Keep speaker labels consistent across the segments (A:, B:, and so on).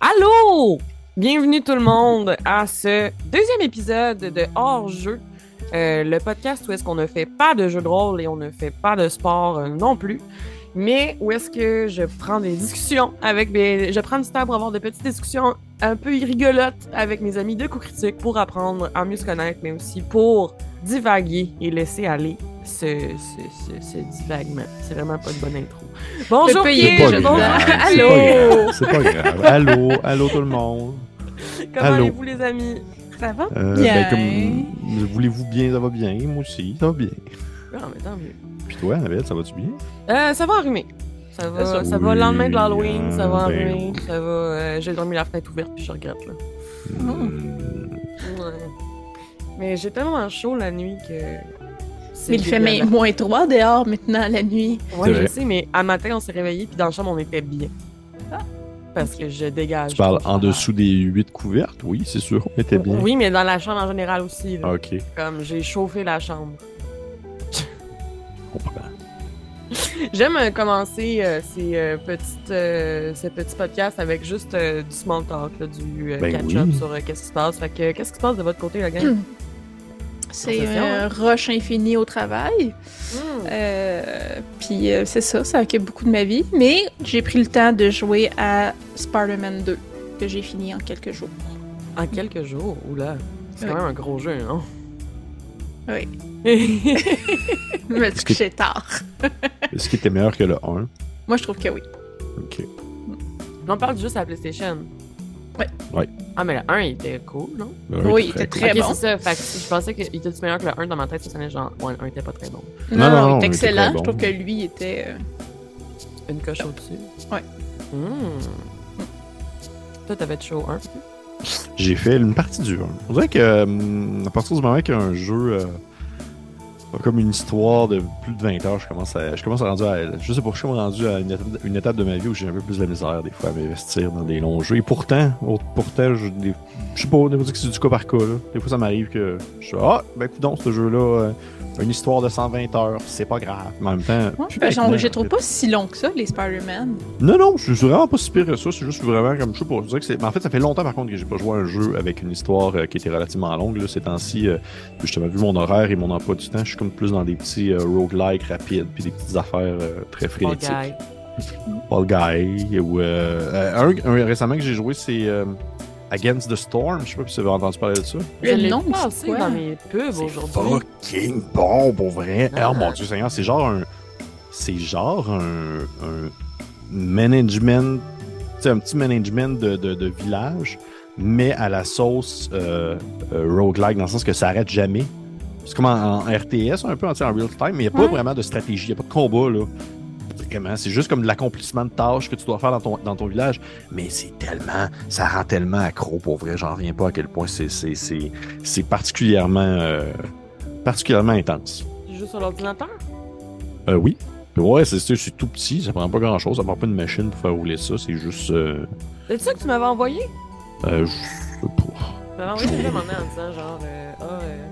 A: Allô! Bienvenue tout le monde à ce deuxième épisode de Hors-jeu, euh, le podcast où est-ce qu'on ne fait pas de jeu de rôle et on ne fait pas de sport euh, non plus, mais où est-ce que je prends des discussions avec mes... Je prends du temps pour avoir de petites discussions un peu rigolotes avec mes amis de coups critiques pour apprendre à mieux se connaître, mais aussi pour divaguer et laisser aller ce, ce, ce, ce divagement. C'est vraiment pas de bonne intro. Bonjour
B: payer,
A: Pierre!
B: je
C: C'est pas
B: bon-
C: grave, c'est
A: Allô?
C: pas grave, C'est pas grave. Allô, allô tout le monde.
A: Comment
C: Allô.
A: allez-vous les amis? Ça va?
C: Euh,
B: Bien.
C: ben, comme, voulez-vous bien, ça va bien. Moi aussi, ça va bien.
A: Non, Ah, mais tant mieux.
C: Puis toi, Annabelle, ça va-tu bien?
A: Euh, ça va arriver. Ça va, ça,
C: Ça,
A: va le
C: oui,
A: lendemain de l'Halloween, ça va
C: hein, ben.
A: arriver, ça va. euh, j'ai dormi la fenêtre ouverte puis je regrette là.
B: Oh.
C: Hmm.
A: Ouais. Mais j'ai tellement chaud la nuit que. c'est
B: Mais il fait
A: dégueulasse.
B: mai- moins 3 dehors maintenant la nuit.
C: C'est
A: Ouais, je
C: vrai.
A: sais, mais à matin on s'est réveillé puis dans le chambre on était bien. Parce que je dégage.
C: Tu parles en
A: Ah.
C: dessous des huit couvertes? Oui, c'est sûr. On était bien.
A: Oui, mais dans la chambre en général aussi. là.
C: Ah, Ok,
A: Comme j'ai chauffé la chambre.
C: je comprends.
A: J'aime euh, commencer euh, ces, euh, petites, euh, ce petit podcast avec juste euh, du small talk, là, du euh,
C: Ben
A: catch-up
C: oui.
A: sur euh, qu'est-ce qui se passe. Fait que euh, qu'est-ce qui se passe de votre côté, la gang?
B: C'est hein.
A: Sensation,
B: un rush infini au travail.
A: Hmm.
B: Euh, Puis euh, c'est ça, ça occupe beaucoup de ma vie. Mais j'ai pris le temps de jouer à Spider-Man 2, que j'ai fini en quelques jours.
A: En quelques jours, oula. C'est quand
B: Ouais.
A: même un gros jeu, non?
B: Oui.
A: ouais,
B: Je me suis couchée tard.
C: Est-ce qu'il était meilleur que le 1?
B: Moi, je trouve que oui.
C: Ok.
A: on parle juste à la PlayStation.
B: Ouais.
C: Ouais.
A: Ah, mais le 1, il était cool, non?
C: Le Ben, un
B: Oui,
C: était
B: il était très
A: Ok,
C: cool.
B: bon.
A: c'est ça. Fait que je pensais qu'il était meilleur que le 1 dans ma tête. Ça sonnait genre, ouais, le 1 était pas très bon.
C: Non, non,
B: il
C: il
B: est
C: était
B: excellent.
C: très bon.
B: Je trouve que lui il était. euh,
A: Une coche au-dessus.
B: Ouais.
A: Hmm. Toi, t'avais chaud 1.
C: J'ai fait une partie du 1. On dirait que, hum, à partir du moment qu'il y a un jeu euh, a comme une histoire de plus de 20 heures, je commence à, je commence à rendre à, je sais pas, je suis rendu à une étape, une étape de ma vie où j'ai un peu plus de la misère des fois à m'investir dans des longs jeux. Et pourtant, au- pourtant, je, des- je sais pas, on va dire que c'est du cas par cas. là. Des fois, ça m'arrive que je suis ah, ben écoute donc, ce jeu-là, euh, une histoire de 120 heures, c'est pas grave. Mais en même temps,
B: ouais, ben,
C: putain,
B: genre, je les
C: non,
B: trouve pas si long que ça, les Spider-Man.
C: non, non, je suis vraiment pas si pire que ça. C'est juste vraiment comme je sais pas. je dirais que c'est- mais en fait, ça fait longtemps par contre que j'ai pas joué à un jeu avec une histoire euh, qui était relativement longue. Là, ces temps-ci, euh, justement, vu mon horaire et mon emploi du temps, je suis comme plus dans des petits euh, roguelike rapides puis des petites affaires euh, très
A: Oh,
C: frénétiques.
A: guy.
C: Fall Guy. Ou, euh, euh, un, un récemment que j'ai joué, c'est euh, Against the Storm. Je sais pas si vous avez entendu parler de ça.
A: Je
B: Le
A: l'ai
B: nom,
A: passé
B: c'est quoi?
A: dans mes pubs aujourd'hui.
C: fucking bon pour vrai.
A: Ah.
C: Oh mon dieu Seigneur, c'est genre un. C'est genre un, un management. C'est un petit management de, de, de village, mais à la sauce euh, euh, roguelike, dans le sens que ça arrête jamais. C'est comme en, en RTS, un peu en, tu sais, en real time, mais il n'y a pas
B: Ouais.
C: vraiment de stratégie, il n'y a pas de combat, là. Vraiment, c'est juste comme de l'accomplissement de tâches que tu dois faire dans ton, dans ton village. Mais c'est tellement, ça rend tellement accro pour vrai. J'en reviens pas à quel point c'est, c'est, c'est, c'est particulièrement, euh, particulièrement intense.
A: Tu joues sur l'ordinateur?
C: Euh, oui. Ouais, c'est sûr, c'est tout petit, ça prend pas grand chose, ça prend pas une machine pour faire rouler ça, c'est juste. Euh,
A: C'est ça que tu m'avais envoyé?
C: euh, je sais pas.
A: Tu m'avais envoyé un moment donné en disant genre, euh, ah, euh,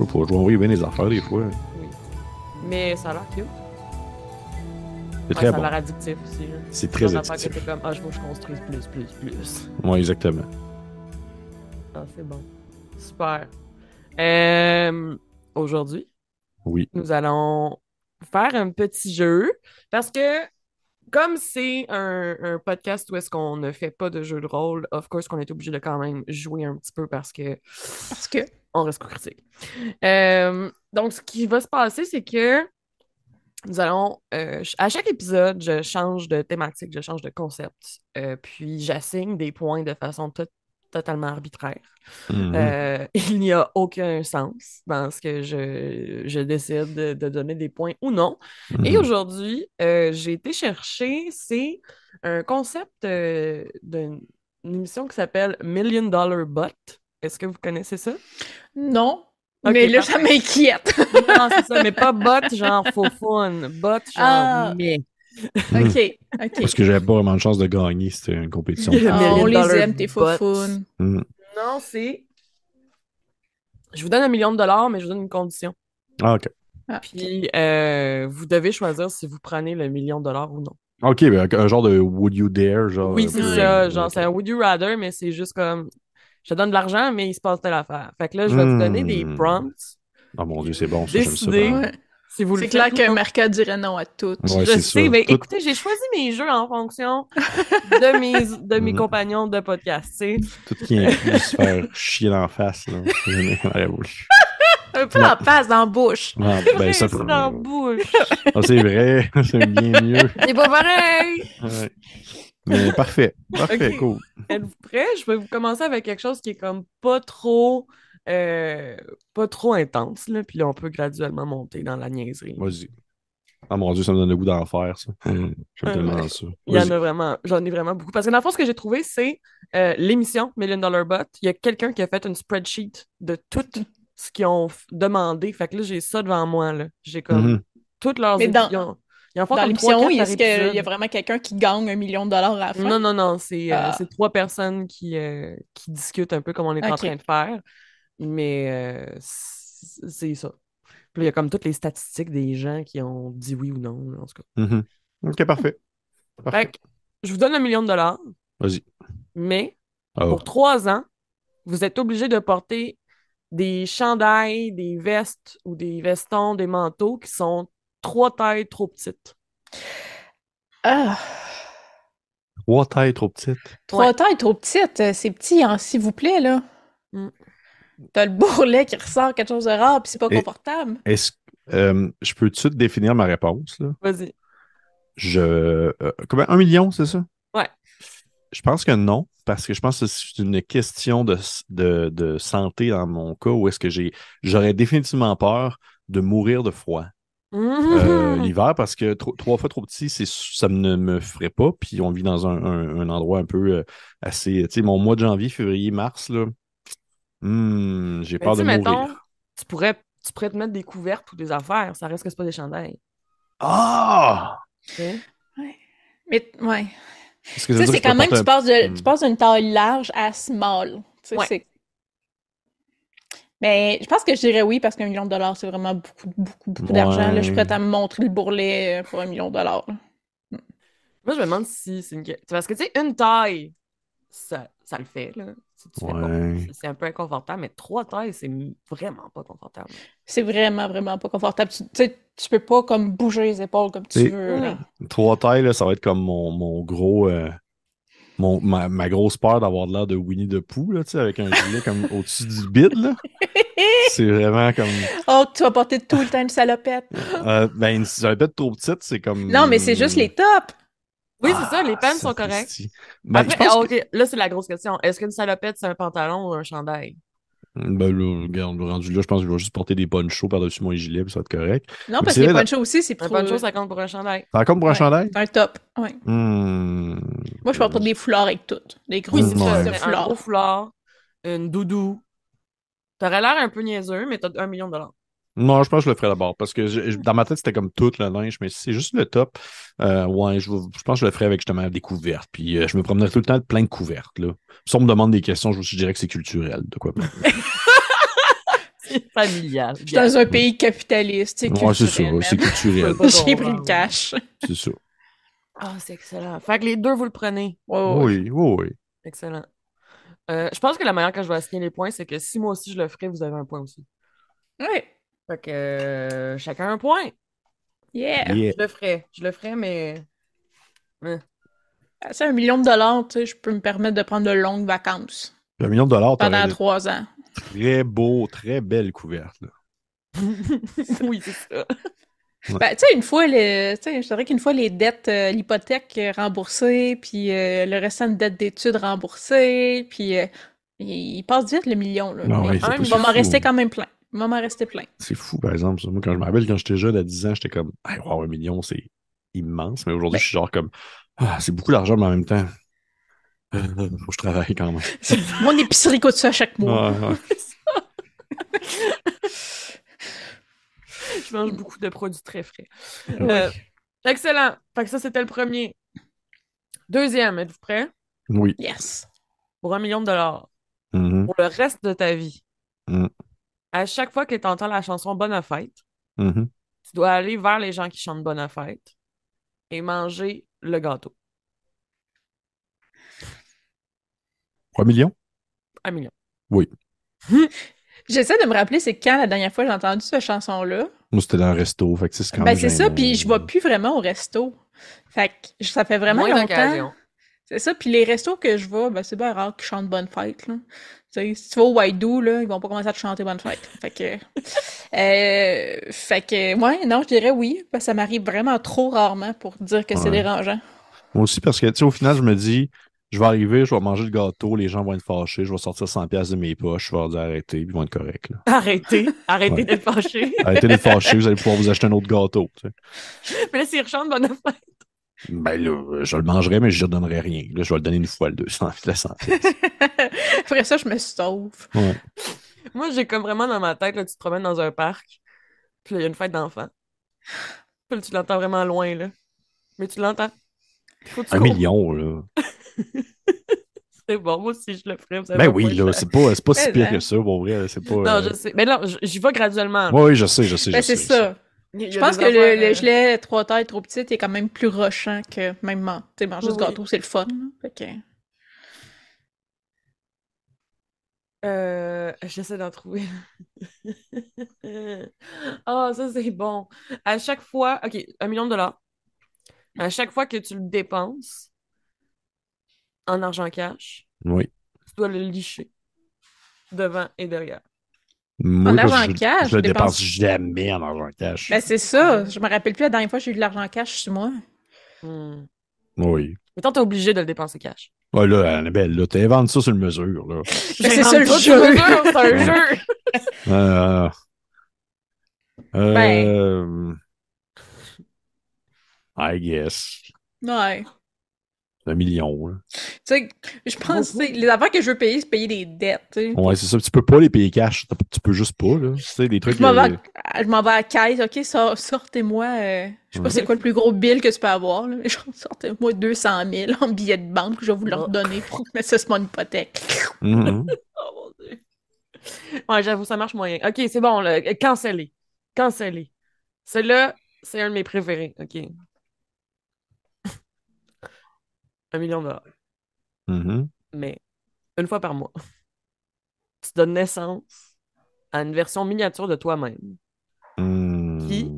C: Je sais pas, je dois envoyer bien des affaires des fois.
A: mais ça a l'air cute. Ouais,
C: C'est très
A: ça
C: bon.
A: a l'air addictif aussi. là.
C: C'est très
A: Genre, l'affaire que
C: addictif.
A: t'es comme, ah, je veux que je construise plus, plus, plus.
C: Ouais, exactement.
A: Ah, c'est bon. Super. Euh, aujourd'hui,
C: Oui.
A: nous allons faire un petit jeu parce que comme c'est un, un podcast où est-ce qu'on ne fait pas de jeu de rôle, of course qu'on est obligé de quand même jouer un petit peu parce que
B: Parce que.
A: on reste critique. Euh, donc, ce qui va se passer, c'est que nous allons, euh, ch- à chaque épisode, je change de thématique, je change de concept, euh, puis j'assigne des points de façon to- totalement arbitraire.
C: Mhm.
A: Euh, il n'y a aucun sens dans ce que je, je décide de, de donner des points ou non. Et
C: Mhm.
A: aujourd'hui, euh, j'ai été chercher, c'est un concept euh, d'une une émission qui s'appelle Million Dollar Bot. Est-ce que vous connaissez ça?
B: Non.
A: Ok,
B: mais là,
A: parfait.
B: ça m'inquiète.
A: Non, c'est ça, mais pas bot genre faux fun, bot genre
B: Ah.
A: mais.
B: ok, ok.
C: Parce que j'avais pas vraiment de chance de gagner, c'était une compétition.
A: Le
B: Ah,
A: million
B: on
A: dollar
B: les aime, tes
A: bots.
B: faufounes.
C: Mhm.
A: Non, c'est. Je vous donne un million de dollars, mais je vous donne une condition.
C: Ah, ok.
B: Ah,
A: Puis euh, vous devez choisir si vous prenez le million de dollars ou non.
C: Ok, ben, un genre de Would You Dare, genre.
A: oui,
C: euh,
A: c'est
C: plus-
A: ça.
C: euh,
A: Genre, c'est un would you rather, mais c'est juste comme je te donne de l'argent, mais il se passe telle affaire. Fait que là, je vais vous donner des
C: Hmm.
A: prompts.
C: Ah mon dieu, c'est bon, ça, j'aime ça.
A: Décider.
C: vraiment.
B: Ouais.
A: Si vous le
B: C'est clair
A: faites ou
B: que
A: pas.
B: Marca dirait non à tout.
C: Ouais,
A: je sais,
C: c'est ça.
A: mais
C: Tout-
A: écoutez, j'ai choisi mes jeux en fonction de mes, de mes
C: Mm.
A: compagnons de podcast. tu sais.
C: Tout qui inclut se faire chier d'en face, là. Jamais qu'on aurait voulu.
B: Un peu en passe dans la bouche.
C: Ah, ben, ça,
A: Reste dans la bouche.
C: ah, c'est vrai, c'est bien mieux.
A: C'est pas pareil.
C: Ouais. Mais parfait, parfait,
A: Ok.
C: cool.
A: Êtes-vous prêts? Je vais vous commencer avec quelque chose qui est comme pas trop, euh, pas trop intense, là. Puis là, on peut graduellement monter dans la niaiserie.
C: Vas-y. Ah mon dieu, ça me donne le goût d'en faire, ça. J'aime
A: Ouais,
C: tellement
A: Ah, ouais.
C: ça.
A: Il y en
C: Vas-y.
A: a vraiment, j'en ai vraiment beaucoup. Parce que dans le fond, ce que j'ai trouvé, c'est euh, l'émission Million Dollar Bot. Il y a quelqu'un qui a fait une spreadsheet de tout ce qu'ils ont f- demandé. Fait que là, j'ai ça devant moi, là. J'ai comme
C: Mhm.
A: toutes leurs
B: Mais dans-
A: émissions. Il y en a
B: Dans
A: comme
B: l'émission,
A: trois, quatre
B: est-ce
A: par
B: qu'il y a
A: épisode.
B: vraiment quelqu'un qui gagne un million de dollars à la fin?
A: Non, non, non, c'est euh,
B: Ah.
A: c'est trois personnes qui, euh, qui discutent un peu comme on est en
B: Ok.
A: train de faire. Mais euh, c- c'est ça. Puis là, il y a comme toutes les statistiques des gens qui ont dit oui ou non, en tout cas.
C: Mhm. Ok, parfait. Parfait.
A: Fait que je vous donne un million de dollars,
C: Vas-y.
A: mais
C: Oh.
A: pour trois ans, vous êtes obligé de porter des chandails, des vestes ou des vestons, des manteaux qui sont trois tailles trop petites.
B: Ah,
C: Oh, Trois tailles trop petites.
B: trois tailles trop petites. Euh, C'est petit, hein, s'il vous plaît, là.
A: Mm.
B: T'as le bourrelet qui ressort, quelque chose de rare, puis c'est pas
C: Et-
B: confortable.
C: Est-ce euh, je peux tout de suite définir ma réponse, là?
A: Vas-y.
C: Je. euh, comment? Un million, c'est ça?
A: Ouais.
C: Je pense que non, parce que je pense que c'est une question de, s- de, de santé dans mon cas où est-ce que j'ai j'aurais définitivement peur de mourir de froid euh,
A: Mhm.
C: l'hiver parce que tro- trois fois trop petit, c'est su- ça ne me ferait pas. Puis on vit dans un, un- un endroit un peu euh, assez. Tu sais, mon mois de janvier, février, mars, là. hmm, j'ai
A: Mais
C: peur
A: Ben, tu
C: de
A: sais, mettons,
C: mourir.
A: tu pourrais, tu pourrais te mettre des couvertes ou des affaires. Ça reste que c'est pas des chandails.
C: Ah!
A: tu sais.
B: Mais, ouais.
C: Est-ce que
B: Tu
C: ça veut
B: sais,
C: dire
B: c'est
C: que je
B: quand
C: peux
B: même, tu
C: porter
B: passes, de,
C: Hmm.
B: tu passes d'une taille large à small. Tu sais,
A: Ouais.
B: c'est- Mais je pense que je dirais oui parce qu'un million de dollars, c'est vraiment beaucoup, beaucoup, beaucoup d'argent. là. Je suis
C: Ouais.
B: prête à me montrer le bourrelet euh, pour un million de dollars. là.
A: Moi, je me demande si c'est une. que- Parce que, tu sais, une taille, ça, ça le fait, là. Si tu fais pas-
C: Ouais.
A: C'est un peu inconfortable, mais trois tailles, c'est vraiment pas confortable.
B: C'est vraiment, vraiment pas confortable. Tu tu sais, tu peux pas comme bouger les épaules comme tu
C: Et-
B: veux. là.
C: Trois tailles, là, ça va être comme mon, mon gros. euh, mon, ma, ma grosse peur d'avoir de l'air de Winnie the Pooh, là, tu sais, avec un gilet comme au-dessus du bide, là. C'est vraiment comme.
B: Oh, tu vas porter tout le temps une salopette.
C: euh, ben, si j'avais peut-être trop petite, c'est comme.
B: Non, mais c'est juste les tops.
A: Oui, c'est ça, les
C: Ah,
A: pants sont corrects.
C: sapristi. Ben, je
A: Après,
C: pense
B: oh,
A: ah, ok, là, c'est la grosse question. Est-ce qu'une salopette, c'est un pantalon ou un chandail?
C: que- ben, là, regarde, rendu là, je pense que je vais juste porter des ponchos par-dessus mon gilet, puis ça va être correct.
B: Non,
C: Mais
B: parce
C: c'est
B: que les
C: vrai,
B: ponchos aussi, c'est
A: Un
B: trop...
A: poncho, ça compte pour un chandail.
C: T'as encore pour un
B: Ouais.
C: chandail?
B: un top. Ouais.
C: Hmm.
B: Moi, je porte des foulards avec tout. Des gros
A: Oui,
C: Oui,
A: c'est ça.
C: c'est Mm. ouais.
B: de
A: c'est Un
B: foulards.
A: gros foulard, une doudou. T'aurais l'air un peu niaiseux, mais t'as un million de dollars.
C: Non, je pense que je le ferai d'abord parce que je- je- dans ma tête, c'était comme tout le linge, mais si c'est juste le top, euh, ouais, je, vais- je pense que je le ferai avec justement des couvertes. Puis euh, je me promènerai tout le temps de plein de couvertes. Là. Si on me demande des questions, je, je dirais que c'est culturel. De quoi?
A: C'est familial.
B: Je suis dans un pays capitaliste, c'est
C: Ouais, c'est ça,
B: culturel, man.
C: c'est culturel.
A: pas
B: J'ai
A: ton
B: pris le
A: rang.
B: cash.
C: C'est ça.
A: Ah, c'est excellent. Fait que les deux, vous le prenez.
B: Ouais, ouais, ouais.
C: Oui, oui, oui.
A: Excellent. Euh, je pense que la manière que je vais assigner les points, c'est que si moi aussi je le ferais, vous avez un point aussi.
B: Ouais.
A: Fait que euh, chacun un point.
B: Yeah.
C: Yeah.
A: Je le ferais. Je le ferais, mais.
B: C'est un million de dollars, tu sais, je peux me permettre de prendre de longues vacances
C: Un million de dollars, t'aurais
B: pendant
C: des
B: trois ans.
C: très beaux, très belles couvertes. là.
A: oui, c'est ça.
B: Ben, tu sais, une fois, le, tu sais, je dirais qu'une fois les dettes, euh, l'hypothèque euh, remboursée, puis euh, le restant de dettes d'études remboursées, puis euh, il, il passe vite le million, là.
C: Non,
B: Mais
C: Ah ouais,
A: un
C: c'est pas-
B: il va
C: c'est
B: m'en
C: fou.
B: rester quand même plein. Il va m'en rester plein.
C: C'est fou, par exemple. ça. Moi, quand je me rappelle, quand j'étais jeune à 10 ans, j'étais comme, hey, wow, un million, c'est immense. Mais aujourd'hui,
B: Ben-
C: je suis genre comme, ah, c'est beaucoup d'argent, mais en même temps, euh, faut que je travaille quand même.
B: Mon épicerie coûte ça chaque mois.
C: Ouais, ouais.
A: Je mange beaucoup de produits très frais.
C: Ouais.
A: Euh, excellent. Fait que ça, c'était le premier. Deuxième, êtes-vous prêts?
C: Oui.
B: Yes.
A: Pour un million de dollars.
C: Mhm,
A: Pour le reste de ta vie.
C: Mm.
A: À chaque fois que tu entends la chanson Bonne fête,
C: mhm.
A: tu dois aller vers les gens qui chantent Bonne fête et manger le gâteau.
C: 3 millions?
A: Un million.
B: J'essaie de me rappeler c'est quand la dernière fois j'ai entendu cette chanson-là.
C: Moi, c'était dans un resto, fait que c'est quand
B: Ben
C: même
B: c'est ça,
C: gênant.
B: puis je vais plus vraiment au resto. Fait que ça fait vraiment
A: Moins
B: longtemps.
A: d'occasion.
B: C'est ça, puis les restos que je vais, ben c'est bien rare qu'ils chantent Bonne Fête, là. Tu sais, si tu vas au Waidou, là, ils vont pas commencer à te chanter Bonne Fête. Fait que... euh, fait que, ouais, non, je dirais oui, parce que ça m'arrive vraiment trop rarement pour dire que c'est
C: Ouais.
B: dérangeant.
C: Moi aussi, parce que, tu sais, au final, je me dis, je vais arriver, je vais manger le gâteau, les gens vont être fâchés, je vais sortir 100$ piastres de mes poches, je vais leur dire arrêtez, puis ils vont être corrects. là.
A: Arrêtez, arrêtez
C: Ouais.
A: d'être fâché.
C: Arrêtez d'être fâchés, vous allez pouvoir vous acheter un autre gâteau. tu sais.
A: Mais là, s'ils rechantent bonne affaire.
C: Ben là, euh, je le mangerai, mais je ne donnerai rien. Là, je vais le donner une fois le 200, la 100 piastres.
B: Après ça, je me sauve.
C: Ouais.
A: Moi, j'ai comme vraiment dans ma tête, là, tu te promènes dans un parc, puis là, il y a une fête d'enfants. Puis là, tu l'entends vraiment loin, là. Mais tu l'entends. Faut que tu
C: Un
A: cours.
C: million, là.
A: C'est bon, moi aussi, je le ferais. vous savez
C: Ben
A: pas,
C: oui,
A: moi,
C: là,
A: je-
C: c'est pas, c'est pas si
B: Mais hein?
C: pire
B: non.
C: que ça, pour vrai. C'est pas.
A: Non,
C: euh,
A: je sais. Mais là, j- j'y vais graduellement. là.
C: Ouais, oui, je sais, je sais.
B: Ben
C: je
B: c'est
C: sais, je sais.
B: ça.
A: Il y a
B: Je pense
A: des
B: que le,
A: affaires,
B: le
A: euh,
B: gelé trois tailles trop petite est quand même plus rochant que même man- tu sais, manger
A: Oui,
B: ce
A: oui.
B: gâteau, c'est le fun. là. Fait que-
A: Euh, j'essaie d'en trouver. Ah, ça c'est bon. À chaque fois, ok, un million de dollars. À chaque fois que tu le dépenses en argent cash,
C: Oui.
A: tu dois le licher devant et derrière.
C: Moi,
B: En
C: là,
B: argent
C: je,
B: cash,
C: je le
B: je dépense-
C: dépense jamais en argent cash.
B: Ben c'est ça. Je me rappelle plus la dernière fois que j'ai eu de l'argent cash sur moi.
A: Hmm.
C: Oui.
A: Mais tant t'es obligé de le dépenser cash.
C: Ouais, là, Annabelle, là, t'inventes ça sur le mesure,
B: Ben,
C: là.
B: c'est
A: J'invente
B: ça, le
A: pas de
B: jeu.
A: mesure, C'est un jeu.
C: Euh, euh,
B: Ben.
C: I guess.
B: Ouais.
C: Un million. Là.
B: Tu sais, je pense, tu sais, les affaires que je veux payer, c'est payer des dettes. tu sais.
C: Ouais, c'est ça. Tu peux pas les payer cash. Tu peux- Tu peux juste pas, là. Tu sais, des trucs.
B: Je m'en vais,
C: euh,
B: à- je m'en vais à la caisse, ok, sor- sortez-moi, euh, je sais pas
C: Ouais.
B: c'est quoi le plus gros bill que tu peux avoir, là, mais genre, sortez-moi 200 000 en billets de banque, je vais vous le
A: Oh.
B: redonner pour que ça c'est mon hypothèque.
C: mhm.
A: Oh mon Dieu. Ouais, j'avoue, ça marche moyen. Ok, c'est bon, là. Cancellé. Cancellé. Celui-là, c'est un de mes préférés. Ok. un million de dollars.
C: Mhm.
A: Mais une fois par mois, tu donnes naissance à une version miniature de toi-même.
C: Mhm.
A: Qui?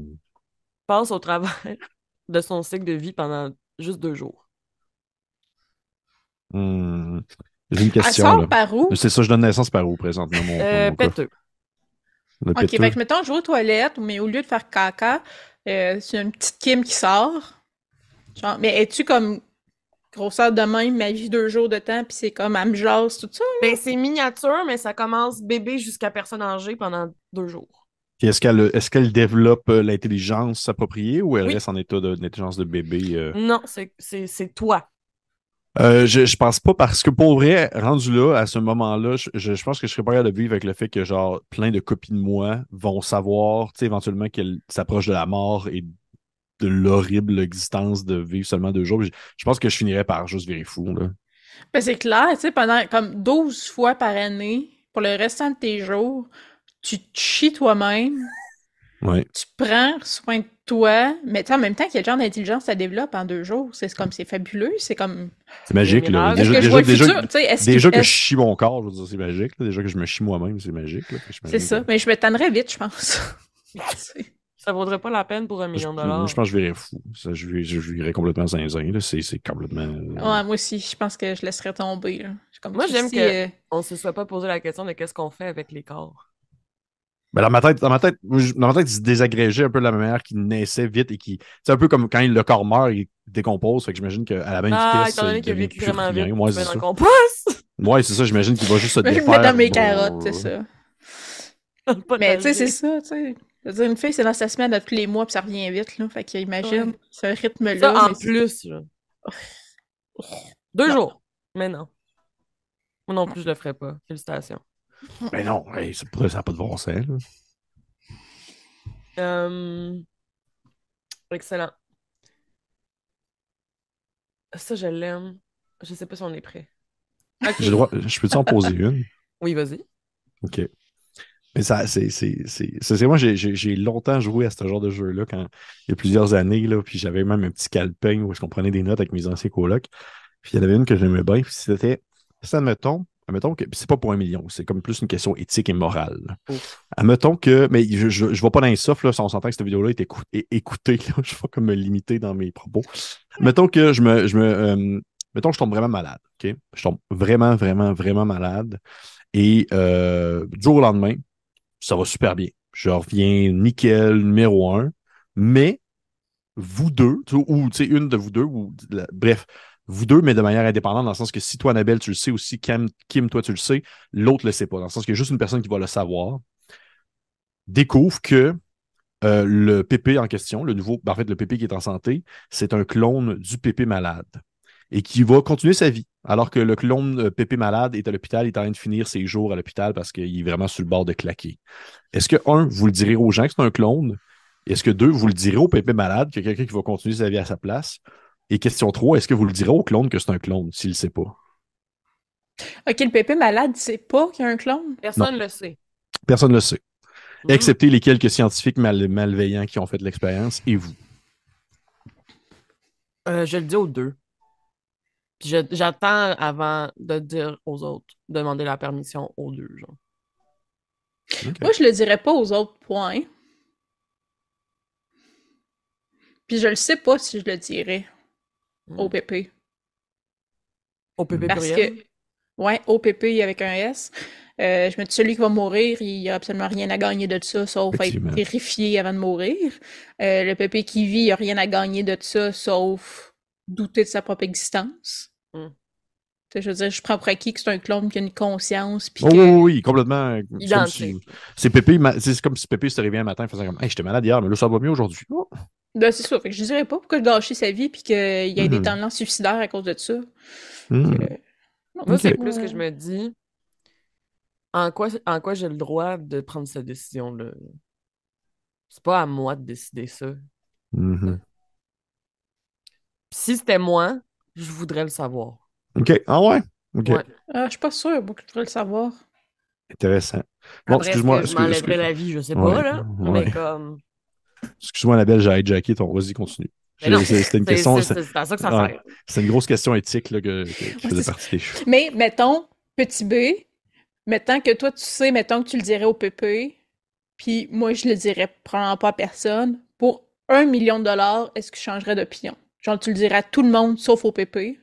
A: Passe au travers de son cycle de vie pendant juste deux jours.
C: Mhm. J'ai une
B: Elle
C: question,
B: sort
C: là.
B: par où?
C: C'est ça, je donne naissance par où présentement Oh, mon,
A: Euh,
C: mon cas.
A: pèteux.
C: Le
B: Ok, ben,
C: péteux.
B: fait que mettons, je vais aux toilettes, mais au lieu de faire caca, euh, c'est une petite Kim qui sort. Genre, mais es-tu comme grosseur de même, ma vie deux jours de temps, puis c'est comme, elle me jase, tout ça?
A: Ben, c'est miniature, mais ça commence bébé jusqu'à personne âgée pendant deux jours.
C: Puis est-ce qu'elle est-ce qu'elle développe euh, l'intelligence appropriée ou elle
A: Oui.
C: reste en état de- d'intelligence de bébé? euh?
A: Non, c'est- c'est c'est toi.
C: Euh, je, je pense pas parce que pour vrai, rendu là, à ce moment-là, je, je- je pense que je serais pas capable de vivre avec le fait que genre plein de copies de moi vont savoir, tu sais, éventuellement qu'elle s'approche de la mort et de l'horrible existence de vivre seulement deux jours. Je, je pense que je finirais par juste virer fou, là.
B: Ben, c'est clair, tu sais, pendant comme 12 fois par année, pour le restant de tes jours, tu te chies toi-même,
C: Ouais.
B: tu prends soin de toi, mais tu sais, en même temps, quel genre d'intelligence ça développe en deux jours? C'est comme, c'est fabuleux, c'est comme...
C: C'est magique, là.
A: miracles.
B: Est-ce que
C: Déjà,
B: je
C: déjà-
B: vois le
C: déjà-
B: futur? Tu sais, est-ce
C: déjà
B: que...
C: que je
B: est-ce-
C: chie mon corps, je veux dire, c'est magique. là. Déjà que je me chie moi-même, c'est magique. là. Fait que
B: C'est
C: j'imagine
B: ça,
C: que-
B: mais je me tannerais vite, je pense.
A: Ça vaudrait pas la peine pour un
C: Je,
A: million de
C: moi,
A: dollars.
C: je pense que je virais fou. Ça, je, je, je virais complètement zinzin. là. C'est c'est complètement. euh,
B: Ouais, moi aussi, je pense que je laisserais tomber. là. Je suis comme,
A: Moi,
B: tu
A: j'aime
B: sais,
A: que-
B: euh,
A: On se soit pas posé la question de qu'est-ce qu'on fait avec les corps.
C: Ben, dans ma tête, dans ma tête, moi, je- dans ma tête, il se désagrégeait un peu de la manière qu'il naissait vite et qui, c'est un peu comme quand le corps meurt, il décompose. Fait que j'imagine qu'à la même
A: Ah,
C: vitesse,
A: étant donné
C: il
A: qu'il a
C: devient
A: vécu
C: plus
A: vraiment vite,
C: rien. Ouais,
A: tu mets
C: c'est
A: dans
C: ça.
A: le compost!
C: Ouais, c'est ça. J'imagine qu'il va juste se
B: je vais
C: défaire.
B: le mettre dans mes carottes, c'est ça.
A: dans le
B: Mais tu sais, c'est
A: potager.
B: ça, tu sais. Je veux dire, une fille, c'est dans sa semaine à tous les mois, puis ça revient vite, là. Fait que imagine,
A: Ouais.
B: ce rythme-là.
A: Ça, en
B: mais c'est-
A: plus, là. Deux
B: Non.
A: jours. Mais non. Moi non plus, je le ferais pas. Félicitations.
C: Mais Ben non, hey, ça pourrait- ça n'a pas de bon sens. là.
A: Euh, Excellent. Ça, je l'aime. Je sais pas si on est prêt.
C: J'ai le droit, je peux t'en poser une?
A: Oui, vas-y.
C: OK. Mais ça, c'est, c'est, c'est, c'est- c'est- moi, j'ai, j'ai- j'ai longtemps joué à ce genre de jeu-là quand il y a plusieurs années, là, puis j'avais même un petit calepin où je comprenais des notes avec mes anciens colocs. Puis il y en avait une que j'aimais bien, puis c'était, ça, admettons, admettons que, puis c'est pas pour un million, c'est comme plus une question éthique et morale. là. Admettons que, mais je, je, je vais pas dans les soft, là, si on s'entend que cette vidéo-là est écou- é- écoutée, là, je vais comme me limiter dans mes propos. Mettons que je me, je me, euh, mettons que je tombe vraiment malade, OK? Je tombe vraiment, vraiment, vraiment malade. Et euh, du jour au lendemain, ça va super bien. Je reviens nickel, numéro un. Mais vous deux, tu sais, ou tu sais, une de vous deux, ou la- bref, vous deux, mais de manière indépendante, dans le sens que si toi, Annabelle, tu le sais, ou si Cam- Kim, toi, tu le sais, l'autre le sait pas. Dans le sens qu'il y a juste une personne qui va le savoir, découvre que euh, le pépé en question, le nouveau, ben, en fait, le pépé qui est en santé, c'est un clone du pépé malade et qui va continuer sa vie. Alors que le clone euh, pépé malade est à l'hôpital, il est en train de finir ses jours à l'hôpital parce qu'il est vraiment sur le bord de claquer. Est-ce que, un, vous le direz aux gens que c'est un clone? Est-ce que, deux, vous le direz au pépé malade, qu'il y a quelqu'un qui va continuer sa vie à sa place? Et question 3, est-ce que vous le direz au clone que c'est un clone, s'il ne sait pas?
B: Ok, le pépé malade, c'est pas qu'il y a un clone.
A: Personne le sait.
C: Personne ne le sait,
A: Mhm.
C: excepté les quelques scientifiques mal- malveillants qui ont fait l'expérience et vous.
A: Euh, je le dis aux deux. Puis je- j'attends avant de dire aux autres, demander la permission aux deux. Genre.
C: Ok.
B: Moi, je le dirais pas aux autres points. Puis je le sais pas si je le dirais au
A: Hmm.
B: pépé.
A: Au pépé
B: Parce
A: pluriel.
B: que, ouais, OPP avec un S. Euh, je me dis, celui qui va mourir, il a absolument rien à gagner de ça, sauf
C: Effectivement.
B: être terrifié avant de mourir. Euh, le PP qui vit, il a rien à gagner de ça, sauf douter de sa propre existence.
A: Mm.
B: Tu sais, Je veux dire, je prends pour acquis que c'est un clone qui a une conscience, puis
C: Oh,
B: que-
C: oui, oui, oui, complètement. euh, c'est comme si-
A: Identique.
C: C'est Pépé, ma- c'est comme si Pépé se réveillait un matin en faisant comme Hey, j'étais malade hier, mais là, ça va mieux aujourd'hui. Oh.
B: Ben, c'est ça. Fait que je dirais pas pourquoi gâcher sa vie, puis qu'il y a
C: Mhm.
B: des tendances suicidaires à cause de ça.
C: Hmm.
B: Euh, non,
A: Moi, c'est
C: Ok.
A: plus que je me dis en quoi, en quoi j'ai le droit de prendre cette décision-là. C'est pas à moi de décider ça. Puis
C: Mhm.
A: si c'était moi, je voudrais le savoir.
C: OK. Ah ouais? OK.
A: Ouais.
B: Ah, je suis pas sûre, moi, que je voudrais le savoir.
C: Intéressant. Bon,
A: Après, est-ce
C: excuse-moi.
A: que Je
C: excuse-
A: m'enlèverais
C: excuse-
A: la vie, je sais
C: Ouais,
A: pas, là.
C: ouais.
A: Mais comme.
C: Excuse-moi, la belle, j'ai hijacké ton. Vas-y, continue.
A: Mais Ben non,
C: J'ai- c'est- C'était une
A: C'est
C: question.
A: c'est-
C: c'est-
A: c'est- c'est à ça que ça
C: Ouais.
A: sert.
C: C'est une grosse question éthique là, que, que- qui
B: Ouais,
C: faisait
B: c'est
C: partie des choses.
B: Mais mettons, petit B, mettons que toi tu sais, mettons que tu le dirais au PP, puis moi je le dirais probablement pas à personne, pour un million de dollars, est-ce que je changerais d'opinion? Genre tu le dirais à tout le monde sauf au PP.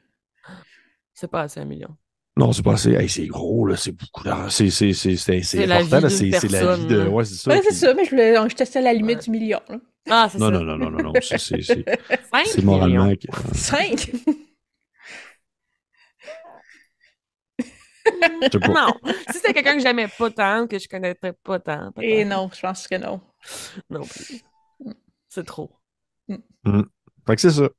A: C'est pas assez un million.
C: Non, c'est pas assez. Hey, c'est gros, là, c'est beaucoup d'argent. C'est, c'est, c'est, c'est, c'est
A: C'est la
C: important,
A: vie
C: là,
A: d'une
C: c'est, c'est la vie
A: personne,
C: de.
A: là.
C: Ouais, c'est ça.
B: Ouais, c'est
C: puis-
B: ça, mais je, le, je testais la limite
A: Ouais.
B: du million. là.
A: Ah, c'est
C: Non,
A: ça.
C: non, non, non, non, non, non. C'est, c'est, c'est,
A: Cinq
C: c'est moralement.
A: millions.
C: que-
B: Cinq!
C: Je sais pas.
A: Non. Si c'était quelqu'un que j'aimais pas tant, que je connaissais pas tant. peut-être.
B: Et Eh non, je pense que non.
A: Non plus. C'est trop.
C: Fait que c'est ça.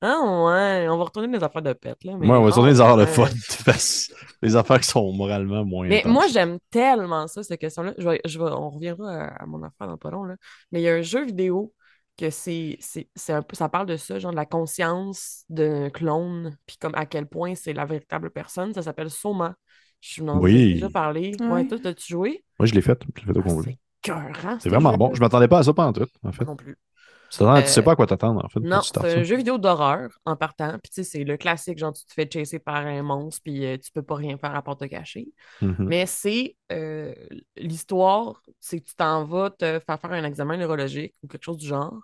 A: Ah ouais, on va retourner dans les affaires de pète, là. mais
C: Moi, on va
A: non,
C: tourner les affaires de
A: euh,
C: fun. parce- Les affaires qui sont moralement moins.
A: Mais
C: intenses.
A: moi, j'aime tellement ça, cette question-là. Je vais- je vais- on reviendra à, à mon affaire dans pas long, là. Mais il y a un jeu vidéo que c'est, c'est, c'est un peu, ça parle de ça, genre de la conscience d'un clone, puis comme à quel point c'est la véritable personne. Ça s'appelle Soma. Je vous en
C: Oui.
A: ai déjà parlé.
B: Ouais.
A: Ouais, toi, t'as-tu joué?
C: Moi, je l'ai faite. Je l'ai faite au
A: Ah,
C: complet.
A: c'est cœurant.
C: C'est vraiment bon. Je m'attendais pas à ça pendant tout, en fait.
A: Non plus.
C: Tu t'attends- tu sais
A: Euh,
C: pas à quoi t'attendre, en fait. quand
A: Non,
C: tu startes
A: c'est
C: ça.
A: un jeu vidéo d'horreur en partant. Puis tu sais, c'est le classique, genre tu te fais chasser par un monstre, puis euh, tu peux pas rien faire à part te cacher.
C: Mhm.
A: Mais c'est euh, l'histoire, c'est que tu t'en vas te faire faire un examen neurologique ou quelque chose du genre.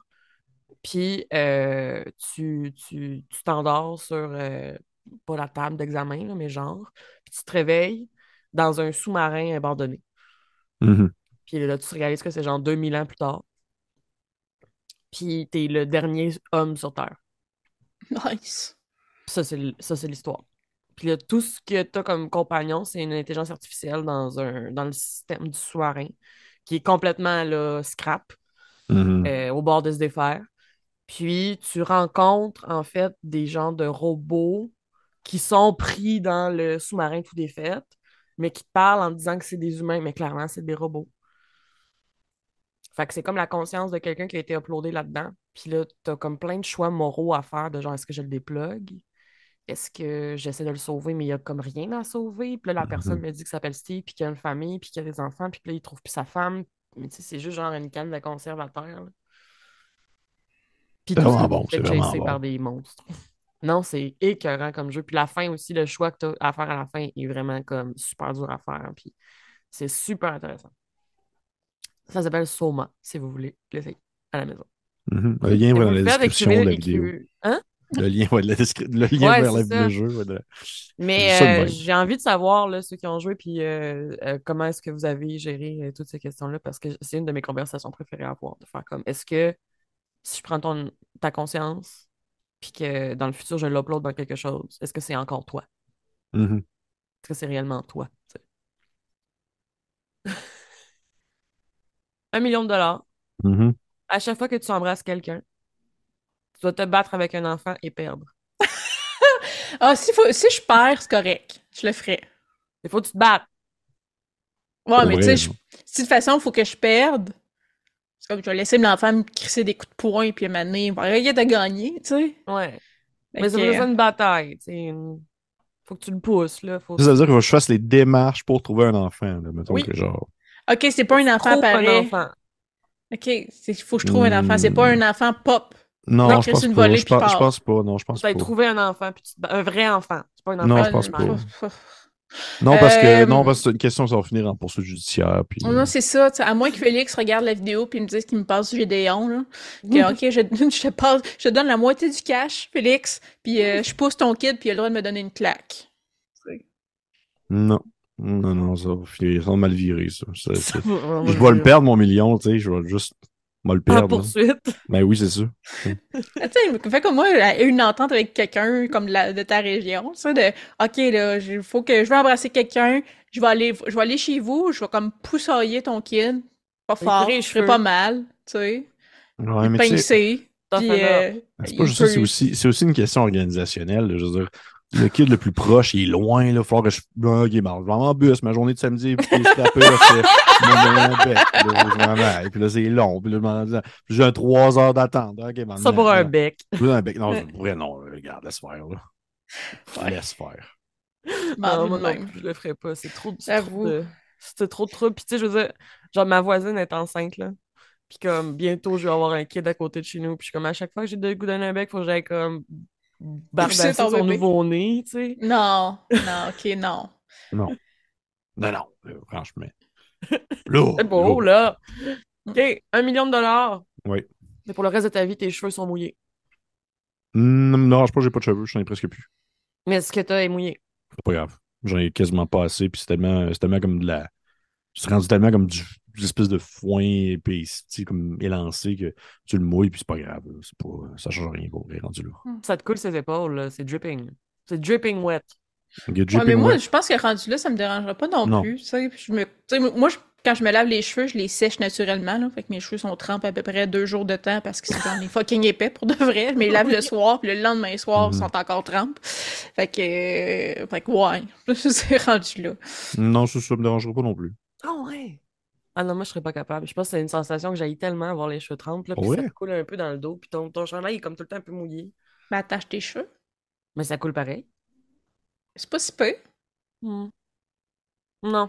A: Puis euh, tu tu- tu t'endors sur, euh, pas la table d'examen, là, mais genre. Puis tu te réveilles dans un sous-marin abandonné.
C: Mhm.
A: Puis là, tu réalises que c'est genre 2000 ans plus tard. Puis t'es le dernier homme sur Terre.
B: Nice.
A: Ça, c'est l- ça, c'est l'histoire. Puis là, tout ce que tu as comme compagnon, c'est une intelligence artificielle dans un dans le système du sous-marin qui est complètement là, scrap,
C: Mhm.
A: euh, au bord de se défaire. Puis tu rencontres en fait des gens de robots qui sont pris dans le sous-marin tout défait, mais qui te parlent en disant que c'est des humains, mais clairement, c'est des robots. Fait que c'est comme la conscience de quelqu'un qui a été uploadé là-dedans. Puis là, t'as comme plein de choix moraux à faire de genre, est-ce que je le déplugue? est-ce que j'essaie de le sauver, mais il n'y a comme rien à sauver? Puis là, la personne me dit qu'il s'appelle Steve, puis qu'il a une famille, puis qu'il a des enfants, puis que là, il trouve plus sa femme. Mais tu sais, c'est juste genre une canne de conserve à terre. là. Puis
C: C'est
A: tout
C: vraiment
A: ça, tu
C: bon,
A: te fais
C: c'est vraiment
A: chasser
C: bon.
A: par des monstres. Non, c'est écœurant comme jeu. Puis la fin aussi, le choix que tu as à faire à la fin est vraiment comme super dur à faire. Puis c'est super intéressant. Ça s'appelle Soma, si vous voulez l'essayer à la maison.
C: Mhm. Le lien
A: Et
C: va
A: vous
C: dans
A: le
C: la
A: faites,
C: description de
A: écrivez-
C: la vidéo.
A: écrivez- Hein?
C: Le lien, ouais, de la descri- le lien
A: Ouais,
C: vers la-
A: c'est ça.
C: le jeu. ouais, de-
A: Mais
C: Ça de
A: euh,
C: même.
A: j'ai envie de savoir là, ceux qui ont joué, puis euh, euh, comment est-ce que vous avez géré euh, toutes ces questions-là, parce que c'est une de mes conversations préférées à avoir, de faire comme, est-ce que si je prends ton, ta conscience, puis que dans le futur, je l'upload dans quelque chose, est-ce que c'est encore toi?
C: Mhm.
A: Est-ce que c'est réellement toi? tu sais? Un million de dollars.
C: Mhm.
A: À chaque fois que tu embrasses quelqu'un, tu dois te battre avec un enfant et perdre.
B: Ah, si, faut- si je perds, c'est correct. Je le ferai.
A: Il faut que tu te battes.
B: Ouais, mais
C: Ouais,
B: tu sais, je-
C: non.
B: si de toute façon, il faut que je perde, c'est comme je vais laisser l'enfant me crisser des coups de poing, puis m'amener, il va essayer de gagner, tu sais.
A: Ouais.
B: Fait
A: Mais c'est
B: que-
A: vraiment une bataille. tu sais, une- Faut que tu le pousses, là. Faut...
C: Ça, ça veut dire qu'il faut que je fasse les démarches pour trouver un enfant. là, mettons
A: Oui.
C: que genre.
B: Ok, c'est pas un enfant
A: Trouve
B: pareil.
A: un enfant.
B: Ok, il faut que je trouve un enfant. C'est pas
C: Hmm.
B: un enfant pop.
C: Non,
B: Non,
C: je
B: Chris,
C: pense
B: une
C: pas.
B: volée,
C: Je,
B: puis
C: pense- je
B: part.
C: pense pas. Non, je pense
A: Tu vas
C: pas.
A: trouver un enfant, puis tu te bats- un vrai enfant. C'est pas un enfant.
C: Non, je
B: Ah,
C: pense
A: non,
C: pas.
A: non.
C: Non, parce que
B: Euh,
C: non, parce que c'est une question, ça va finir en poursuite judiciaire. Puis...
B: Oh Non, c'est ça. tu sais, À moins que Félix regarde la vidéo puis il me dise qu'il me passe du Gédéon, là. Que,
C: Euh,
B: ok, je, je te passe, je te donne la moitié du cash, Félix, puis euh, je pousse ton kid, puis il a le droit de me donner une claque.
C: Non. Non, non, ça va finir ça va mal virer, ça. Ça- ça-
A: Je
C: Je vais le perdre, mon million, tu sais. Je vais juste. Je vais le
A: En
C: perdre. là.
A: poursuite.
C: Ben oui, c'est ça.
B: Ah, tu sais, fais comme moi, à une entente avec quelqu'un comme de, la- de ta région, ça, de, ok, là, il faut que je veux embrasser quelqu'un, je vais aller, je vais aller chez vous, je vais comme poussailler ton kid, pas
A: Lui
B: fort,
A: tirer les
B: je ferai
A: cheveux.
B: pas mal, tu sais,
C: Ouais, mais tu sais,
B: pincer,
A: T'en
B: puis
A: fais
B: euh,
C: Ah, c'est
B: il
C: pas juste ça, c'est
B: peut-
C: aussi, c'est aussi une question organisationnelle. là, Je veux dire, le kid le plus proche, il est loin, là. Faut que je. Ah, il est mort. Je vais en bus, ma journée de samedi, puis je suis frappé, là, c'est- je me mets en bec, là, je m'en vais, Puis là, c'est long. Puis là, je m'en- puis j'ai un 3 heures d'attente. Ok, m'en-
A: Ça pour un bec.
C: Plus un bec. Non, je pourrais, non, là, regarde, laisse faire, là. Laisse faire.
A: Non,
B: m'en vais
A: Ah, moi
B: de
A: non
B: Ah, même.
A: plus, je le ferais pas. C'est trop, c'est
B: J'avoue.
A: trop de... C'est trop de trouble. Puis tu sais, je veux dire, genre ma voisine est enceinte, là. Puis comme, bientôt, je vais avoir un kid à côté de chez nous. Puis je suis comme, à chaque fois que j'ai le goût d'un bec, faut que j'aille comme bardasser
B: ton
A: son
B: bébé.
A: nouveau-né, tu sais.
B: Non, non, ok, non.
C: Non. Non, non, là, franchement. Là.
A: C'est beau, là. OK, un million de dollars.
C: Oui.
A: Mais pour le reste de ta vie, tes cheveux sont mouillés.
C: Non, Hmm, non, je pense que j'ai pas de cheveux, j'en ai presque plus.
A: Mais ce que t'as est mouillé.
C: C'est pas grave. J'en ai quasiment pas assez, puis c'est tellement, c'est tellement comme de la. C'est rendu tellement comme du une espèce de foin puis c'est, tu sais, comme élancé que tu le mouilles puis c'est pas grave. là. C'est pas, ça change rien pour vrai rendu là.
A: Ça te coule ses épaules, là. C'est dripping. C'est dripping wet.
C: Donc, il y a
B: Ouais, mais
C: dripping
B: moi,
C: wet.
B: je pense que rendu là, ça me dérangerait pas non,
C: Non.
B: plus. tu sais. Je me, tu sais, moi, je- quand je me lave les cheveux, je les sèche naturellement. Là, fait que mes cheveux sont trempés à peu près deux jours de temps parce que c'est dans les fucking épais pour de vrai. Je me les lave le soir, puis le lendemain soir, ils
C: Mhm.
B: sont encore trempés. Fait que, euh, fait que ouais, c'est rendu là.
C: Non, ça, ça me dérangera pas non plus.
A: Ah ouais! Ah non, moi, je serais pas capable. Je pense que c'est une sensation que j'aille tellement avoir les cheveux trempes, là, puis
C: Ouais.
A: ça te coule un peu dans le dos, puis ton, ton chandail est comme tout le temps un peu mouillé.
B: Mais attache tes cheveux.
A: Mais ça coule pareil.
B: C'est pas si peu.
A: Hmm. Non,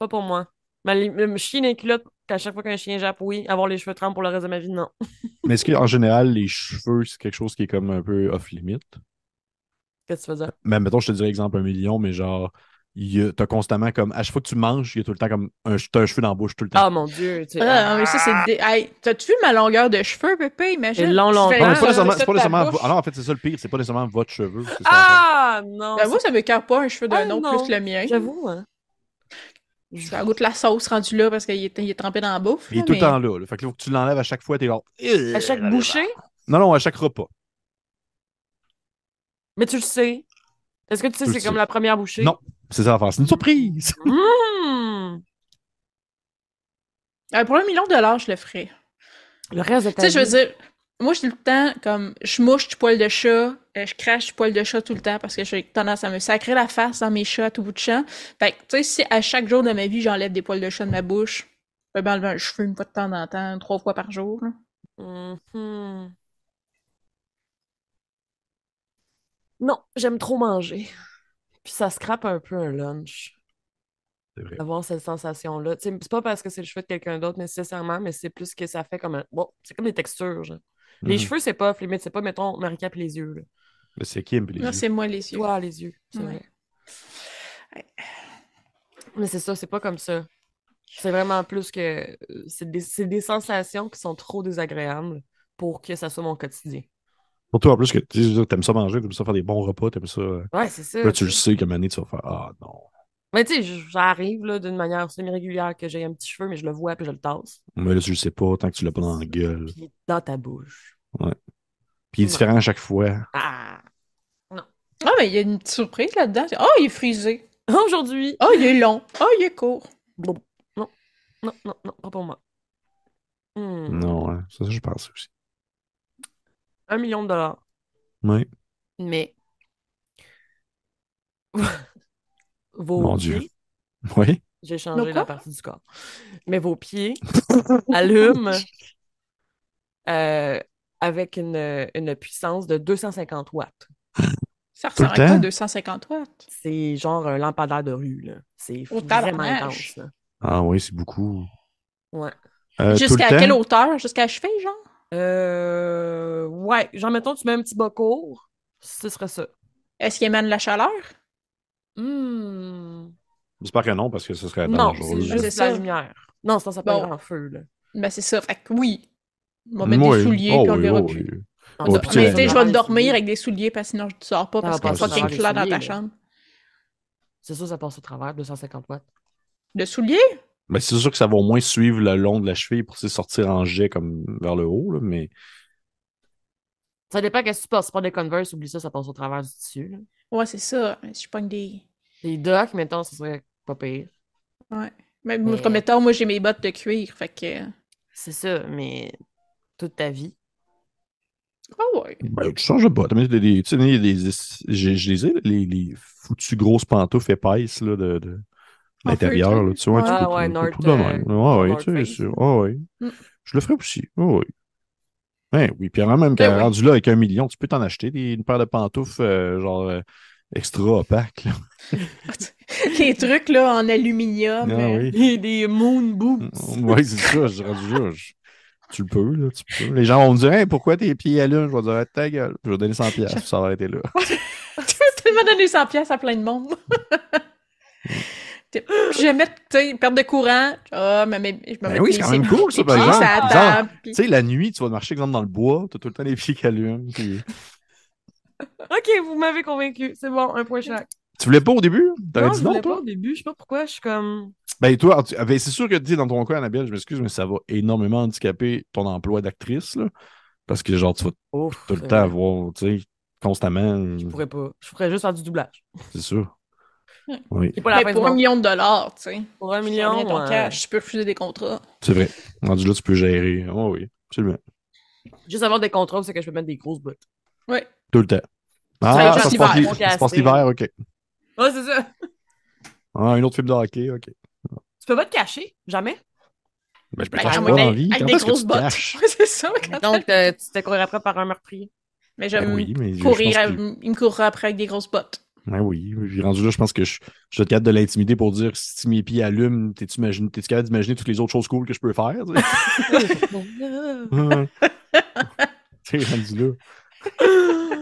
A: pas pour moi. Ma, li- me chier dans les culottes à chaque fois qu'un chien jappe, oui. Avoir les cheveux trempes pour le reste de ma vie, non.
C: Mais est-ce qu'en général, les cheveux, c'est quelque chose qui est comme un peu off-limit?
A: Qu'est-ce que tu veux dire?
C: Mais mettons, je te dirais exemple un million, mais genre, il y a- t'as constamment comme. À chaque fois que tu manges, il y a tout le temps comme un, t'as un cheveu dans la bouche tout le temps.
A: Ah mon Dieu! Tu...
B: Ah, non, mais ça, c'est. dé- Hey, t'as-tu vu ma longueur de cheveux, pépé? Imagine.
A: Et long,
B: Tu
A: long-
B: fais-
C: Non, mais c'est pas
A: Ah,
C: nécessairement.
B: ça,
C: c'est pas
B: ta
C: nécessairement
B: bouche.
C: vo- Alors, en fait, c'est ça le pire, c'est pas nécessairement votre cheveu. c'est ça,
A: Ah, non!
B: Ben,
A: ça-
B: moi, ça me cœur pas un cheveu d'un
A: Ah,
B: autre
A: non.
B: plus que le mien.
A: J'avoue, hein.
B: Ça goûte la sauce rendue là parce qu'il est, il est trempé dans la bouffe.
C: Il est
B: là,
C: tout le
B: mais-
C: temps là. là. Fait que là, faut que tu l'enlèves à chaque fois, t'es genre.
A: À chaque bouchée,
C: Non, non, à chaque repas.
A: mais tu le sais. Est-ce que tu sais,
C: Tu le
A: c'est
C: sais.
A: comme la première bouchée?
C: Non. C'est ça l'affaire. C'est une surprise.
A: Hmm.
B: Euh, pour un million de dollars, je le ferais.
A: Le reste de ta
B: Tu sais, je veux
A: vie,
B: dire, moi, je suis tout le temps comme, je mouche du poil de chat, euh, je crache du poil de chat tout le temps parce que j'ai tendance à me sacrer la face dans mes chats à tout bout de champ. Fait que, tu sais, si à chaque jour de ma vie, j'enlève des poils de chat de ma bouche, je peux m'enlever un cheveu une fois de temps en temps, trois fois par jour.
A: Hmm.
B: là.
A: Mhm. Non, j'aime trop manger. Puis ça scrape un peu un lunch,
C: C'est vrai.
A: avoir cette sensation-là. Tu sais, C'est pas parce que c'est le cheveu de quelqu'un d'autre nécessairement, mais c'est plus que ça fait comme un. Bon, c'est comme des textures, genre. Les
C: Mhm.
A: cheveux, c'est pas limite, c'est pas, mettons, Marie-Cap les yeux. Là.
C: Mais c'est Kim, puis les
B: Non,
C: yeux.
B: c'est moi les yeux.
A: Toi, les yeux. c'est
B: Ouais.
A: vrai.
B: Ouais.
A: Mais c'est ça, c'est pas comme ça. C'est vraiment plus que. euh, C'est des, c'est des sensations qui sont trop désagréables pour que ça soit mon quotidien.
C: Surtout en plus que tu sais, t'aimes ça manger, t'aimes ça faire des bons repas, t'aimes ça. euh,
A: Ouais, c'est ça.
C: Là,
B: Mm.
C: tu le sais qu'à un moment donné, tu vas faire Ah non.
A: Mais tu sais, j- j'arrive là, d'une manière semi-régulière que j'ai un petit cheveu, mais je le vois puis je le tasse.
C: Mais là, tu le sais pas tant que tu l'as pas dans la gueule.
A: Puis dans ta bouche.
C: Puis il est différent à chaque fois.
A: Ah!
B: Ah, mais il y a une petite surprise là-dedans. Ah, il est frisé.
A: Aujourd'hui!
B: Ah, il est long. Ah, il est court.
A: Non, non, non, non, non, pas pour moi.
B: Mm.
A: Hmm.
C: Non, hein. ça, ça, je pense aussi.
A: Un million de dollars.
C: Ouais.
A: Mais. vos
C: Mon Dieu.
A: pieds,
C: Oui.
A: j'ai
B: Nos
A: changé
B: quoi?
A: la partie du corps. Mais vos pieds allument euh, avec une, une puissance de 250 watts.
B: Ça
C: Tout le
B: ressemble à quoi,
C: temps?
B: 250 watts?
A: C'est genre un lampadaire de rue, là. C'est
B: Au
A: vraiment
B: tabarnache.
A: intense, là.
C: Ah oui, c'est beaucoup.
A: Ouais.
C: Euh, tout
B: Jusqu'à
C: le
B: quelle
C: temps?
B: hauteur? Jusqu'à la cheville, genre?
A: Euh, ouais, genre, mettons, tu mets un petit bas court, ce serait ça.
B: Est-ce qu'il émane la chaleur?
A: Hmm.
C: J'espère que non, parce que ce serait
A: Non,
C: dangereux.
A: c'est
B: Ah, c'est
A: juste
B: ça.
A: la lumière. Non, sinon, ça peut
B: Bon.
A: être en feu, là.
B: Ben, c'est ça. Fait que oui. On va mettre des
C: Oui.
B: souliers,
C: Oh
B: puis on
C: oui,
B: verra
C: oh
B: plus.
C: oui.
A: En
C: Ouais,
A: tout
C: puis
A: cas,
C: tu- Ah, bah,
B: Mais tu sais, je vais
A: c'est-
B: dormir avec des souliers parce que sinon je ne sors pas
A: Ça
B: parce
A: va
B: qu'il
C: pas
B: faut
C: sortir
B: fucking
A: des
B: clair dans ta
A: souliers, là.
B: chambre.
A: C'est sûr, ça passe au travers, 250 watts.
B: Le soulier?
C: Ben, c'est sûr que ça va au moins suivre le long de la cheville pour tu sais, sortir en jet comme vers le haut, là, mais
A: Ça dépend qu'est-ce que tu passes. C'est pas des Converse, oublie ça, ça passe au travers du tissu. là.
B: Ouais, c'est ça. Si je pogne des.
A: Les docks, mettons, ce serait pas pire.
B: Ouais. Mais
A: Mais-
B: comme étant, moi, j'ai mes bottes de cuir. Fait que.
A: C'est ça, mais toute ta vie.
B: Ah ouais.
C: ben, tu changes pas. T'as mis des- des- Tu sais, il y a des- j'ai- je les ai, les, les foutues grosses pantoufles épaisses là, de, de
B: En
C: l'intérieur.
B: feutre.
C: là, Tu sais, ouais, tu
A: Ah,
C: peux-
A: ouais,
C: tu peux
A: North,
C: tout de même. Ouais, ouais,
A: North
C: tu sais,
A: Face.
C: c'est- ouais, ouais.
B: Mm.
C: Je le ferais aussi. Ouais, ouais. Ouais, oui, puis en même qu'à
B: oui.
C: rendu là avec un million, tu peux t'en acheter des, une paire de pantoufles euh, genre euh, extra opaques. là.
B: Les trucs, là, en aluminium.
C: Ah
B: euh,
C: oui.
A: Et des moon boots.
C: Oui, Mm, c'est ça, je rendu là. je- Tu le peux, là, tu peux. Les gens vont me dire Hey, pourquoi tes pieds allument? Je vais dire Ah, ta gueule. Je vais donner 100 pièces ça va arrêter là.
B: tu peux tellement donner 100 pièces à plein de monde. T'es- je vais mettre, tu sais, perte de courant. Ah, mais, mais je me
C: Ben
B: mets
C: oui,
B: mes
C: c'est quand
B: pieds-
C: même cool, ça,
B: mes
C: par
B: pieds
C: exemple.
B: sur la
C: Bizarre.
B: table, puis-
C: Tu sais, la nuit, tu vas marcher exemple dans le bois, t'as tout le temps les pieds qui allument. puis-
A: Ok, vous m'avez convaincu. C'est bon, un point chaque.
C: Tu voulais pas au début? T'avais
A: Non, je
C: dit non,
A: voulais
C: toi?
A: pas au début. Je sais pas pourquoi. Je suis comme.
C: Ben toi, tu- ben, c'est sûr que tu dis dans ton cas, Annabelle, je m'excuse, mais ça va énormément handicaper ton emploi d'actrice, là. Parce que genre, tu vas
A: Ouf.
C: tout le temps avoir, tu sais, constamment.
A: Je pourrais pas. Je pourrais juste faire du doublage.
C: C'est sûr.
B: Ouais.
C: Oui,
A: C'est pas la
B: Mais
A: fin
B: pour
A: du
B: un
A: monde.
B: million de dollars, tu sais.
A: Pour un
B: Combien
A: million. euh,
B: ton
A: ouais.
B: cash, tu peux refuser des contrats.
C: c'est vrai. Rendu là, tu peux gérer. Oh oui, absolument.
A: Juste avoir des contrôles, c'est que je peux mettre des grosses bottes.
B: Ouais.
C: Tout le temps.
B: va
C: Ah,
B: être
C: ça se
B: l'hiver,
C: passe l'hi-
A: mon
C: ça se passe
A: casting.
C: l'hiver, ok.
A: Ah, c'est ça.
C: Ah, un autre film de hockey, ok.
A: Tu peux pas te cacher. Jamais.
C: Ben, je me
B: Ben,
C: cache
B: à
C: pas
B: moins
C: dans la
B: d'être-
C: vie.
B: avec
C: Quand
B: des
C: est-ce que
B: grosses
C: tu te
B: bottes.
C: caches?
B: Ouais, c'est ça. quand-
A: Donc, euh, tu te courir après par un meurtrier.
B: Mais
C: Ben
B: j'aime
C: oui, mais je- je
B: courir,
C: pense
B: à-
C: que-
B: il me courra après avec des grosses bottes.
C: Ben oui, puis rendu là, je pense que je, je suis capable de l'intimider pour dire si mes pieds allument, t'es-tu imagine- t'es-tu capable d'imaginer toutes les autres choses cool que je peux faire? tu sais? Ouais. T'es rendu là.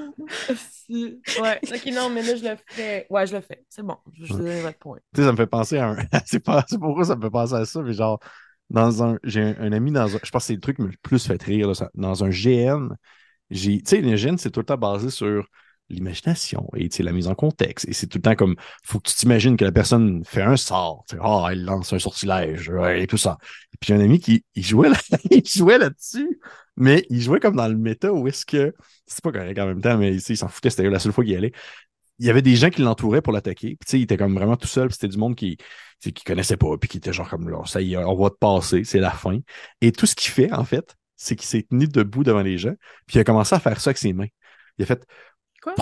A: Si. Ouais. Ok, non, mais là, je le fais. Ouais, je le fais. C'est bon. Je vous donne votre point.
C: Tu sais, ça me fait penser à un. c'est pas c'est pourquoi ça me fait penser à ça, mais genre, dans un. J'ai un, un ami dans un. Je pense que c'est le truc qui me le plus fait rire, là, ça- dans un GN. j'ai- Tu sais, le GN, c'est tout le temps basé sur l'imagination et tu sais, la mise en contexte. Et c'est tout le temps comme. Faut que tu t'imagines que la personne fait un sort. tu sais, Ah, elle lance un sortilège ouais, et tout ça. Et puis, j'ai un ami qui il jouait, là, il jouait là-dessus, mais il jouait comme dans le méta où est-ce que. C'est pas correct en même temps, mais tu sais, il s'en foutait. C'était la seule fois qu'il y allait il y avait des gens qui l'entouraient pour l'attaquer. Puis, tu sais, il était comme vraiment tout seul. puis C'était du monde qui tu sais, qui connaissait pas. Puis qui était genre comme là, ça y est, on va te passer, c'est la fin. Et tout ce qu'il fait, en fait, c'est qu'il s'est tenu debout devant les gens. Puis il a commencé à faire ça avec ses mains. Il a fait.
B: Quoi?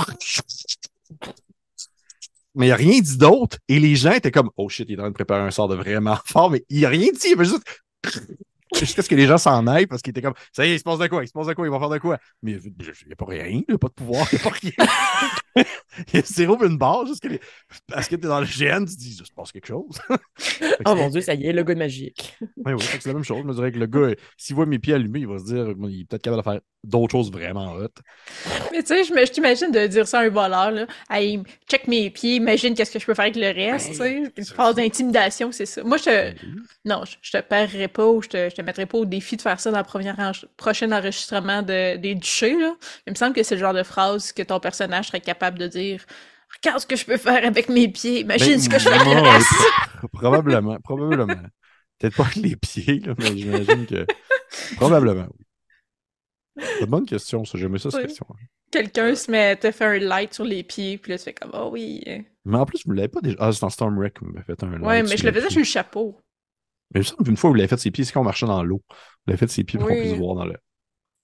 C: Mais il a rien dit d'autre. Et les gens étaient comme, oh shit, il est en train de préparer un sort de vraiment fort. Mais il a rien dit. Il avait juste. Jusqu'à ce que les gens s'en aillent parce qu'il était comme, ça y est, il se passe de quoi, il se passe de quoi, il va faire de quoi. Mais il n'y a pas rien, il n'y a pas de pouvoir, il n'y a pas rien. Il y a zéro puis une barre, juste que les- parce que t'es dans le GN, tu te dis, il se passe quelque chose. Fait que
A: Oh
C: c'est-
A: mon dieu, ça y est, le gars de magique.
C: Ouais, ouais, Ben fait que c'est la même chose. Je me dirais que le gars, s'il voit mes pieds allumés, il va se dire, il est peut-être capable de faire d'autres choses vraiment hot.
B: Mais tu sais, je me- je t'imagine de dire ça à un voleur, là. Hey, check mes pieds, imagine qu'est-ce que je peux faire avec le reste, tu sais. Une
C: Ben, c'est
B: phase
C: ça.
B: d'intimidation, c'est ça. Moi, je te,
C: Ben,
B: non, je, je te paierais pas ou je te, je te mettrais pas au défi de faire ça dans le premier enre- prochain enregistrement de, des duchés, là. Il me semble que c'est le genre de phrase que ton personnage serait capable de dire. Regarde ce que je peux faire avec mes pieds, imagine ce que je fais avec le
C: Ben, moi,
B: reste.
C: pro- Probablement, probablement. Peut-être pas avec les pieds, là, mais j'imagine que. Probablement, oui. C'est une bonne question, ça. J'aimais ça, cette
B: Oui.
C: question.
B: Quelqu'un se met, te fait un light sur les pieds, puis là, tu fais comme, oh oui. euh.
C: Mais en plus, vous l'avez pas déjà. Ah, c'est dans Storm Wreck que vous m'avez fait un live
B: Ouais, mais
C: sur
B: je le
C: les
B: faisais sur
C: pieds.
B: le chapeau.
C: Mais il me semble qu'une fois, vous l'avez fait ses pieds, c'est quand on marchait dans l'eau. Vous l'avez fait ses pieds pour
A: Oui.
C: qu'on puisse voir dans le.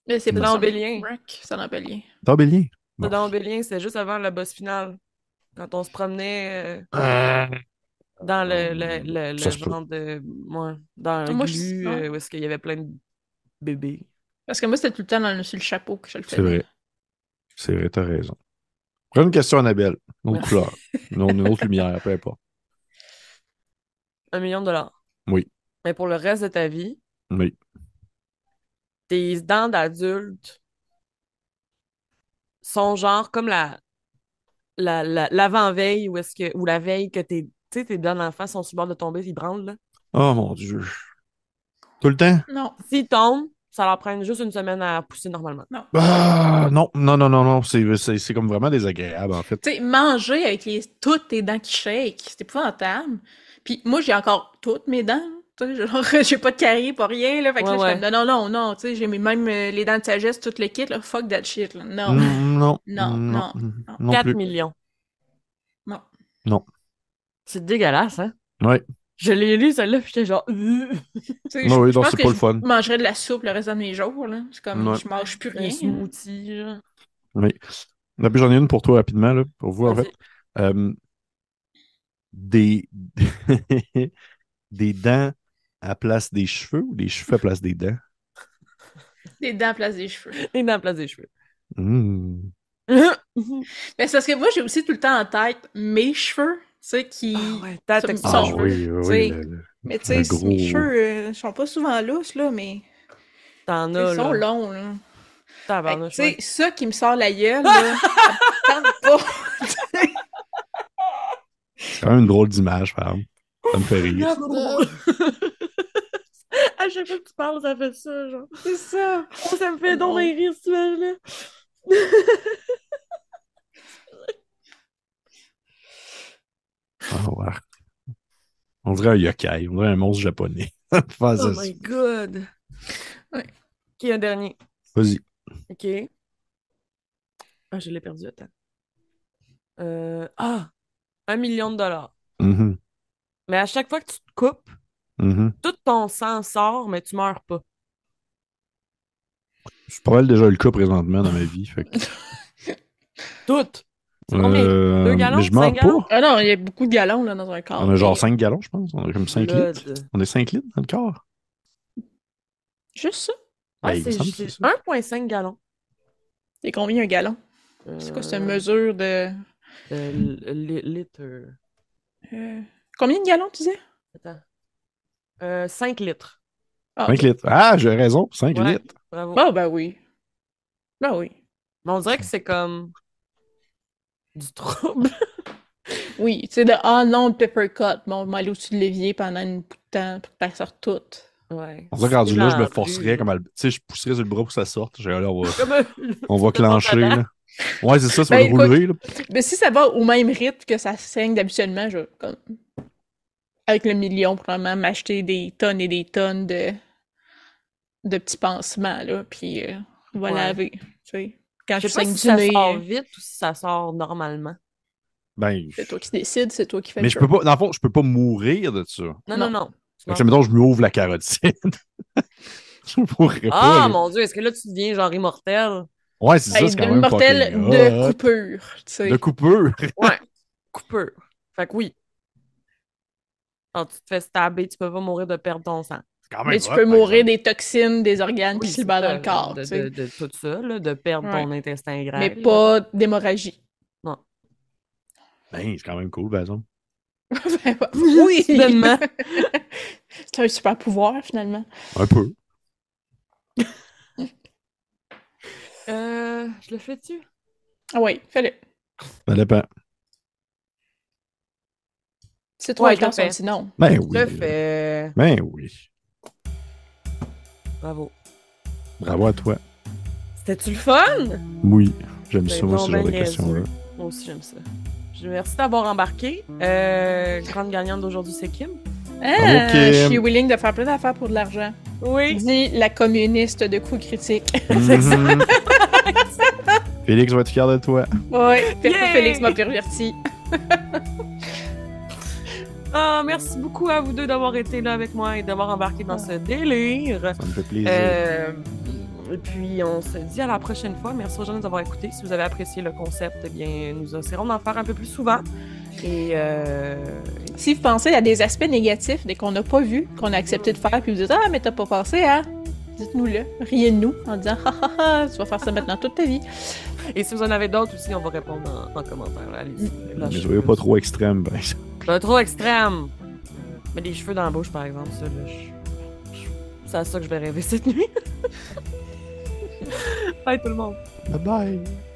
B: Mais c'est
C: C'est
B: pas
A: dans
B: sur le
A: Bélien.
B: rack, C'est dans Bélien.
C: Dans Bélien. Bon.
A: C'est Dans Bélien, c'était juste avant le boss final. Quand on se promenait euh, dans le, le, le, le
C: Ah. Ça se peut.
A: genre de. ouais, dans le
B: Moi, je-
A: glu,
B: ouais.
A: euh, où est-ce qu'il y avait plein de bébés.
B: Parce que moi, c'était tout le temps dans le, sur le chapeau que je le faisais.
C: C'est vrai. C'est vrai, t'as raison. Prochaine question, Annabelle. Une autre couleur. Une autre- une autre lumière, peu importe.
A: Un million de dollars.
C: Oui.
A: Mais pour le reste de ta vie,
C: Oui.
A: tes dents d'adulte sont genre comme la, la, la- l'avant-veille ou est-ce que ou la veille que tes, tu sais, tes dents d'enfant sont sur le bord de tomber, ils branlent. Là.
C: Oh mon Dieu. Tout le temps?
B: Non.
A: S'ils tombent, ça leur prend juste une semaine à pousser normalement.
C: Ah, non, non, non, non, non. C'est, c'est, c'est comme vraiment désagréable, en fait.
B: Tu sais, manger avec les, toutes tes dents qui shake, c'est épouvantable. Puis moi, j'ai encore toutes mes dents. là. Tu sais, genre, j'ai pas de caries, pas rien, là. Fait que
A: Ouais,
B: là, je suis
A: ouais.
B: comme, non, non, non, non, tu sais, j'ai mes- même euh, les dents de sagesse, tout le kit, là. Fuck that shit, là. Non.
C: Mm, Non.
B: Non,
C: mm,
B: non,
C: mm,
B: non.
C: non
A: 4
C: plus.
A: millions.
B: Non.
C: Non.
A: C'est dégueulasse, hein?
C: Ouais.
A: Je l'ai lu, celle-là, puis j'étais genre. Euh,
B: Tu sais,
C: Non,
B: je-
C: oui,
B: je
C: non,
B: pense
C: c'est
B: que
C: pas le
B: je
C: fun.
B: mangerais de la soupe le reste de mes jours, là. C'est comme,
C: Ouais.
B: je mange plus
A: un
B: rien.
A: smoothie, genre.
C: Non, puis J'en ai une pour toi rapidement, là, pour vous, en
A: Vas-y.
C: fait. Euh, des... des dents à place des cheveux ou des cheveux à place des dents?
B: Des dents à place des cheveux.
A: Et dans la place des cheveux.
C: Mm.
B: Mais c'est parce que moi, j'ai aussi tout le temps en tête mes cheveux, tu sais, qui...
A: Ah ouais, t'as
B: Ça me
A: texture.
B: sort.
C: Ah oui, oui,
B: T'sais,
C: oui. le- le-
B: Mais tu sais,
C: Un
B: si
C: gros-
B: mes cheveux, euh, sont pas souvent lousses, là, mais
A: T'en
B: ils
A: as,
B: sont
A: là.
B: longs, là. Fait que,
A: Tabarnouche,
B: tu
A: ouais.
B: sais, ça qui me sort la gueule, là, ça me tente pas.
C: C'est quand même une drôle d'image, par exemple. Ça me fait rire.
A: À chaque fois que tu parles, ça fait ça, genre.
B: C'est ça.
A: Oh, ça me fait
B: Non.
A: donc rire, ce là
C: Ah, ouais. On dirait un yokai, on dirait un monstre japonais. Fais
A: Oh
C: Ah, ça.
A: my god.
B: Ouais.
A: Qui est un dernier?
C: Vas-y.
A: Ok. Ah, je l'ai perdu, attends. Euh, Ah! Un million de dollars.
C: Mhm,
A: Mais à chaque fois que tu te coupes,
C: mhm.
A: tout ton sang sort, mais tu meurs pas.
C: C'est pas mal déjà le cas présentement dans ma vie. Fait que,
A: Tout! combien?
C: Euh,
A: Deux gallons?
C: mais je meurs
A: Cinq gallons?
C: pas.
B: Ah non, il y a beaucoup de galons, là, dans un corps.
C: On a genre
B: Mais
C: 5 gallons, je pense. On a comme 5 litres.
A: Blood.
C: On est 5 litres dans le corps.
B: Juste ça?
A: Ah,
C: Ben, il me
A: c'est
C: semble que c'est
A: c'est
C: ça.
A: 1,5 gallons.
B: C'est combien un gallon? C'est quoi, c'est une
A: Euh,
B: mesure de...
A: euh, li- litre.
B: euh, Combien de gallons, tu disais?
A: Attends. 5 litres.
B: Ah,
C: 5 litres. Ah, j'ai raison. 5
A: Ouais.
C: litres.
A: Bravo.
B: Ah, ben oui. Ben oui.
A: Mais on dirait que c'est comme du trouble.
B: Oui, tu sais, de « Ah non, le peppercut, bon, je vais aller au-dessus de l'évier pendant une bout de temps pour que ça sorte toute.
A: Ouais.
C: On dirait que rendu là, je me
A: Dans
C: forcerais
A: la
C: comme à le- Tu sais, je pousserais sur le bras pour que ça sorte. J'ai là, on va,
A: rue. Comme un-
C: on va clencher. là. Ouais, c'est ça, ça
B: Ben,
C: va le rouler. Là.
B: Mais si ça va au même rythme que ça saigne d'habituellement, je vais comme avec le million probablement m'acheter des tonnes et des tonnes de de petits pansements là, puis euh, on va
A: Ouais.
B: laver, tu sais. Quand
A: Je
B: je
A: sais pas si
B: saigne du
A: ça
B: nez,
A: sort
B: euh,
A: vite ou si ça sort normalement.
C: Ben,
B: c'est toi qui décides, c'est toi qui fais le
C: mais je
B: job.
C: peux pas. Dans le fond, je peux pas mourir de ça.
A: Non, non,
B: Non.
A: non.
C: Fait que, mettons, je me ouvre la carotide. je mourrais
A: Ah
C: pas. là.
A: mon dieu, est-ce que là tu deviens genre immortel?
C: Ouais, c'est ça,
B: Hey,
C: c'est
B: de
C: quand même
B: mortel
C: fucking
B: de
C: hot.
B: coupure, tu sais.
C: De coupeur.
A: Coupeur. Fait que oui. Quand tu te fais stabber, tu peux pas mourir de perdre ton sang.
C: C'est quand même
B: Mais tu
C: hot,
B: peux
C: par
B: mourir
C: exemple.
B: des toxines, des organes qui
A: Oui,
B: se libèrent dans le
A: de-
B: corps,
A: de,
B: tu sais.
A: de- de tout ça, là, de perdre
B: Ouais.
A: ton intestin grave.
B: Mais pas d'hémorragie.
A: Non.
C: Ben, c'est quand même cool, par exemple.
B: Ben, bah, oui!
A: Soudainement.
B: C'est un super pouvoir, finalement.
C: Un peu.
A: Euh, je le fais-tu?
B: Ah oui, fais-le.
C: Ça dépend.
B: C'est toi
A: Ouais,
B: qui
A: je le
B: t'en
A: fais.
B: sinon.
C: Ben
A: Je le
C: oui.
A: fais.
C: Ben oui.
A: Bravo.
C: Bravo à toi.
A: C'était-tu le fun?
C: Oui, j'aime
A: Ben,
C: ça, moi, ce
A: donc,
C: genre de
A: ben,
C: questions-là.
A: Moi aussi, j'aime ça. Je vous remercie d'avoir embarqué. Euh, grande gagnante d'aujourd'hui, c'est Kim.
B: Ah,
C: Ok.
B: Je suis willing de faire plein d'affaires pour de l'argent.
A: Oui.
B: Dis la communiste de coups critiques.
C: Mhm. Félix va être fier de toi.
B: Oui,
A: Yay!
B: Félix m'a perverti.
A: Ah, merci beaucoup à vous deux d'avoir été là avec moi et d'avoir embarqué dans ce délire.
C: Ça me fait plaisir.
A: Euh, et puis, on se dit à la prochaine fois. Merci aux gens de nous avoir écoutés. Si vous avez apprécié le concept, eh bien, nous essaierons d'en faire un peu plus souvent. Et euh,
B: Si vous pensez à des aspects négatifs dès qu'on n'a pas vu, qu'on a accepté de faire, puis vous dites Ah, mais t'as pas pensé à. Dites-nous-le, riez de nous en disant Ah ah ah, tu vas faire ça maintenant toute ta vie.
A: Et si vous en avez d'autres aussi, on va répondre en, en commentaire. là. Allez-y.
C: Mais
A: Lâchez-
C: soyez pas trop extrême, ben. ça-
A: Pas trop extrême. Mais les cheveux dans la bouche, par exemple, ça, là, je- je- c'est à ça que je vais rêver cette nuit. Bye tout le monde.
C: Bye bye.